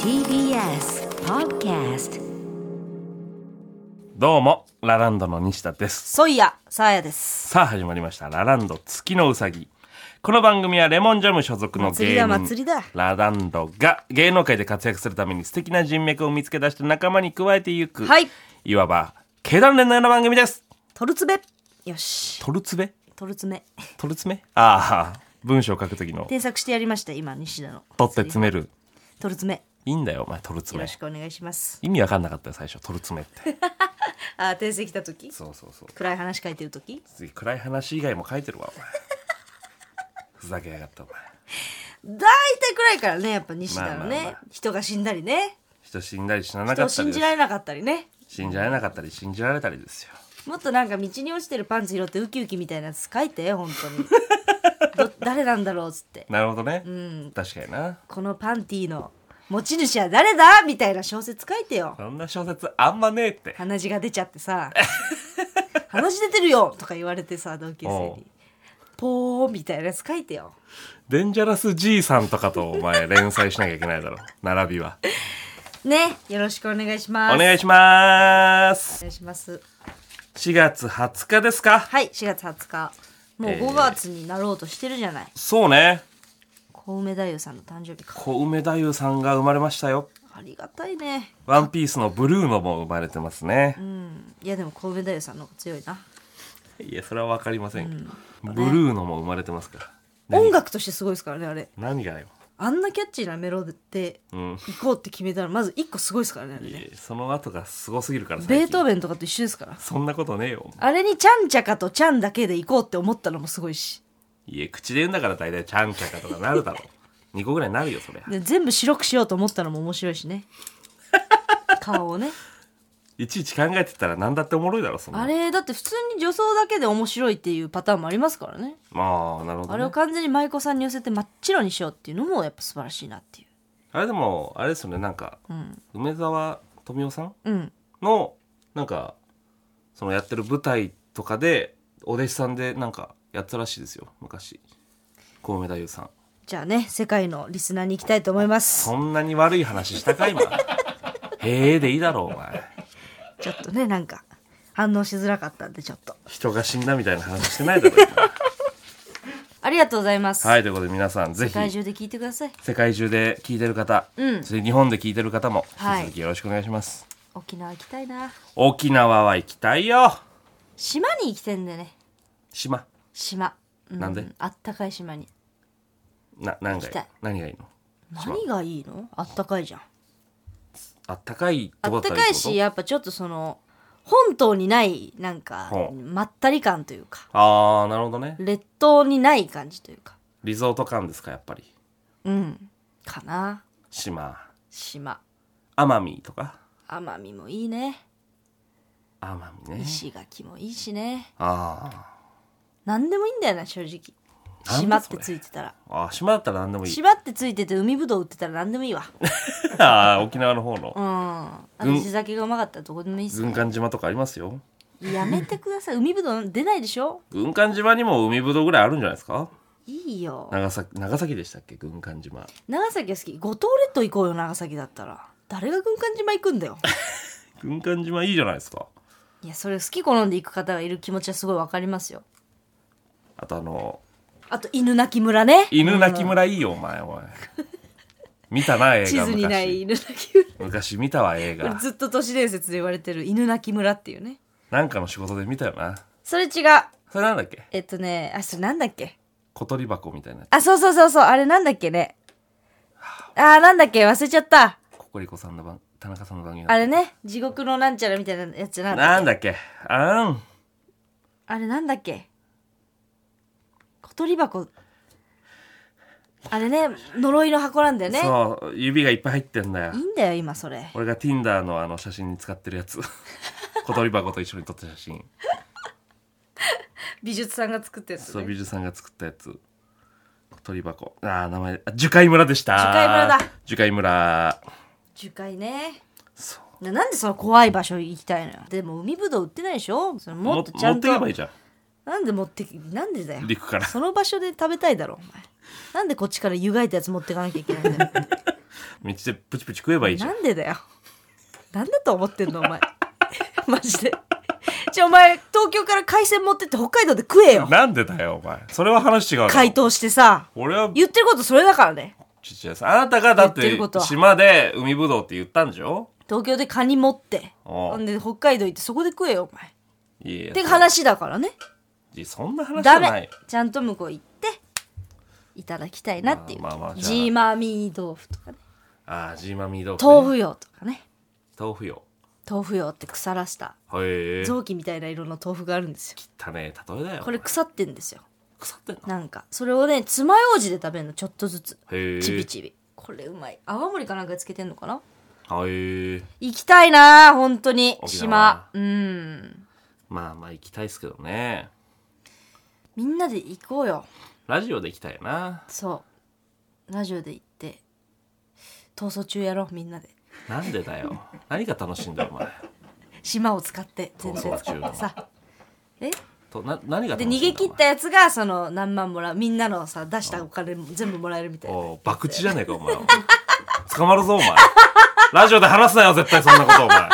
TBS Podcast どうもラランドの西田ですソイヤ、サーヤです。さあ始まりました「ラランド月のうさぎ」この番組はレモンジャム所属の祭芸りだ人祭りだラランドが芸能界で活躍するために素敵な人脈を見つけ出して仲間に加えていく、はい、いわば経団連のような番組ですトルツベ。よし。トルツベトルツメ。トルツメああ文章を書く時の添削してやりました、今、西田の。取って詰めるトルツメ。いいんだよお前トルツよろメしくお願いします。意味わかんなかったよ最初トルツメって あー、訂正来た時そうそうそう暗い話書いてる時次暗い話以外も書いてるわお前ふざけやがったお前大体暗いからね、やっぱ西田のね。まあまあまあ人が死んだりね。人死んだり死なな人かをった信りでじすられなかったりね。信じられなかったり信じられたりですよもっとなんか道に落ちてるパンツ拾ってウキウキみたいなやつ書いて、本当に。 ど誰なんだろうっつって。なるほどね、確かになこのパンティーの持ち主は誰だみたいな小説書いてよ。そんな小説あんまねえって鼻血が出ちゃってさ「鼻血出てるよ!」とか言われてさ同級生おうに「ポー」みたいなやつ書いてよデンジャラス爺さんとかとお前連載しなきゃいけないだ ろ並びはねよろしくお願いしますお願いしますお願いします4月20日ですかはい4月20日もうえー5月になろうとしてるじゃない、そうね小梅太夫さんの誕生日か小梅太夫さんが生まれましたよありがたいねワンピースのブルーノも生まれてますね、うんいやでも小梅太夫さんの方が強いないやそれは分かりませんけど、ブルーノも生まれてますから音楽としてすごいですからねあれ何がよあんなキャッチーなメロでうん行こうって決めたらまず1個すごいですからねあれいねやその後がすごすぎるから最ベ近ートーベンとかと一緒ですからそんなことねえよあれにちゃんちゃかとちゃんだけで行こうって思ったのもすごいし。いや口で言うんだから大体ちゃんちゃかとかな るだろう2個ぐらいなるよそりゃで全部白くしようと思ったのも面白いし ね。顔をね。いちいち考えてたら何だっておもろいだろそんなあれ、だって普通に女装だけで面白いっていうパターンもありますからね。まあなるほど、ね、あれを完全に舞妓さんに寄せて真っ白にしようっていうのもやっぱ素晴らしいなっていあれでもあれですよねなんか、梅沢富美男さんう。うん。のなんかそのやってる舞台とかでお弟子さんでなんかやってたらしいですよ昔小梅太夫さんじゃあね、世界のリスナーに行きたいと思います。そんなに悪い話し たか今へえでいいだろうお前ちょっとね、なんか反応しづらかったんでちょっと。人が死んだみたいな話してないだろ今ありがとうございます。はいということで皆さんぜ世界ひ中で聞いてください。世界中で聞いてる方、うんそれ日本で聞いてる方も引はいき続きよろしくお願いします、沖縄行きたいな。沖縄は行きたいよ島に行きたいんだよね。島島、うなんであったかい島にな何が行いきいたい何がいいの何がいいのあったかいじゃんあったかいってあこっとただからいしやっぱちょっとその本島にないなんかほうまったり感というかああなるほどね列島にない感じというかリゾート感ですかやっぱりうんかな島島奄美とか奄美もいいね奄美ね石垣もいいしねあ何でもいいんだよな正直なん島だっそてれついてたらーあー島だったら何でもいい島ってついてて海ぶどう売ってたら何でもいいわあー 沖縄の方うのんあと地酒がうまかったらどこでもいいっす軍艦島とかありますよやめてください海ぶどう出ないでしょ軍艦島にも海ぶどうぐらいあるんじゃないですかいいよ長崎長崎でしたっけ軍艦島長崎は好き五島列島行こうよ長崎だったら誰が軍艦島行くんだよ軍艦島いいじゃないですかいやそれ好き好んで行く方がいる気持ちはすごいわかりますよあとあのあと犬鳴村ね犬鳴村いいよお前おい見たな映画地図にない昔犬鳴村昔見たわ映これ画ずっと都市伝説で言われてる犬鳴村っていうねなんかの仕事で見たよなそれ違うそれなんだっけえっとねあそれなんだっけ小鳥箱みたいなあそうそうそうそうあれなんだっけねあーなんだっけ忘れちゃったココリコさんの番田中さんの番組あれね地獄のなんちゃらみたいなやつなんだっけなんだっけあんあれなんだっけ小鳥箱あれね呪いの箱なんだよねそう指がいっぱい入ってんだよいいんだよ今それ俺が Tinder のあの写真に使って るやつ小鳥箱と一緒に撮った写真美術さんが作ったやつ、そうね、美術さんが作ったやつ小鳥箱あー名前あ樹海村でした樹海村だ樹海村樹海ねそうななんでその怖い場所行きたいのよでも海ぶどう売ってないでしょそれもっとちゃんと持ってけばいいじゃなんで持ってきなんでだよん陸からその場所で食べたいだろお前なんでこっちから湯がいたやつ持ってかなきゃいけないんだよ道でプチプチ食えばいいじゃんなんでだよなんだと思ってんのお前 マジでじゃあお前東京から海鮮持ってって北海道で食えよなんでだよお前それは話違うだろ解凍してさ俺は言ってることそれだからねちっちゃいさあなたがだっ言っててることは島で海ぶどうって言ったんでしょ東京でカニ持っておうほんで北海道行ってそこで食えよお前っいやいやて話だからねいやそんな話じダゃないメちゃんと向こう行っていただきたいなっていう、まあまあじゃあジーマミー豆腐とかねああジーマミー豆腐、ね、豆腐用とかね豆腐よ豆腐用って腐らしたへえ臓器みたいな色の豆腐があるんですよ汚ねえ例えだよこれ腐ってんですよ腐ってんのなんかそれをね爪楊枝で食べるのちょっとずつへえちびちびこれうまい泡盛かなんかつけてんのかなはい行きたいなあ本当に沖縄島うんまあまあ行きたいっすけどねみんなで行こうよラジオで行きたいよなそうラジオで行って逃走中やろうみんなでなんでだよ 何が楽しいんだよお前島を使って全逃然走中のさえとな何が楽でしいんだ逃よげ切ったやつがその何万もらうみんなのさ出したお金も全部もらえるみたいなお前おう博打じゃねえかお前捕まるぞお前ラジオで話すなよ絶対そんなことお前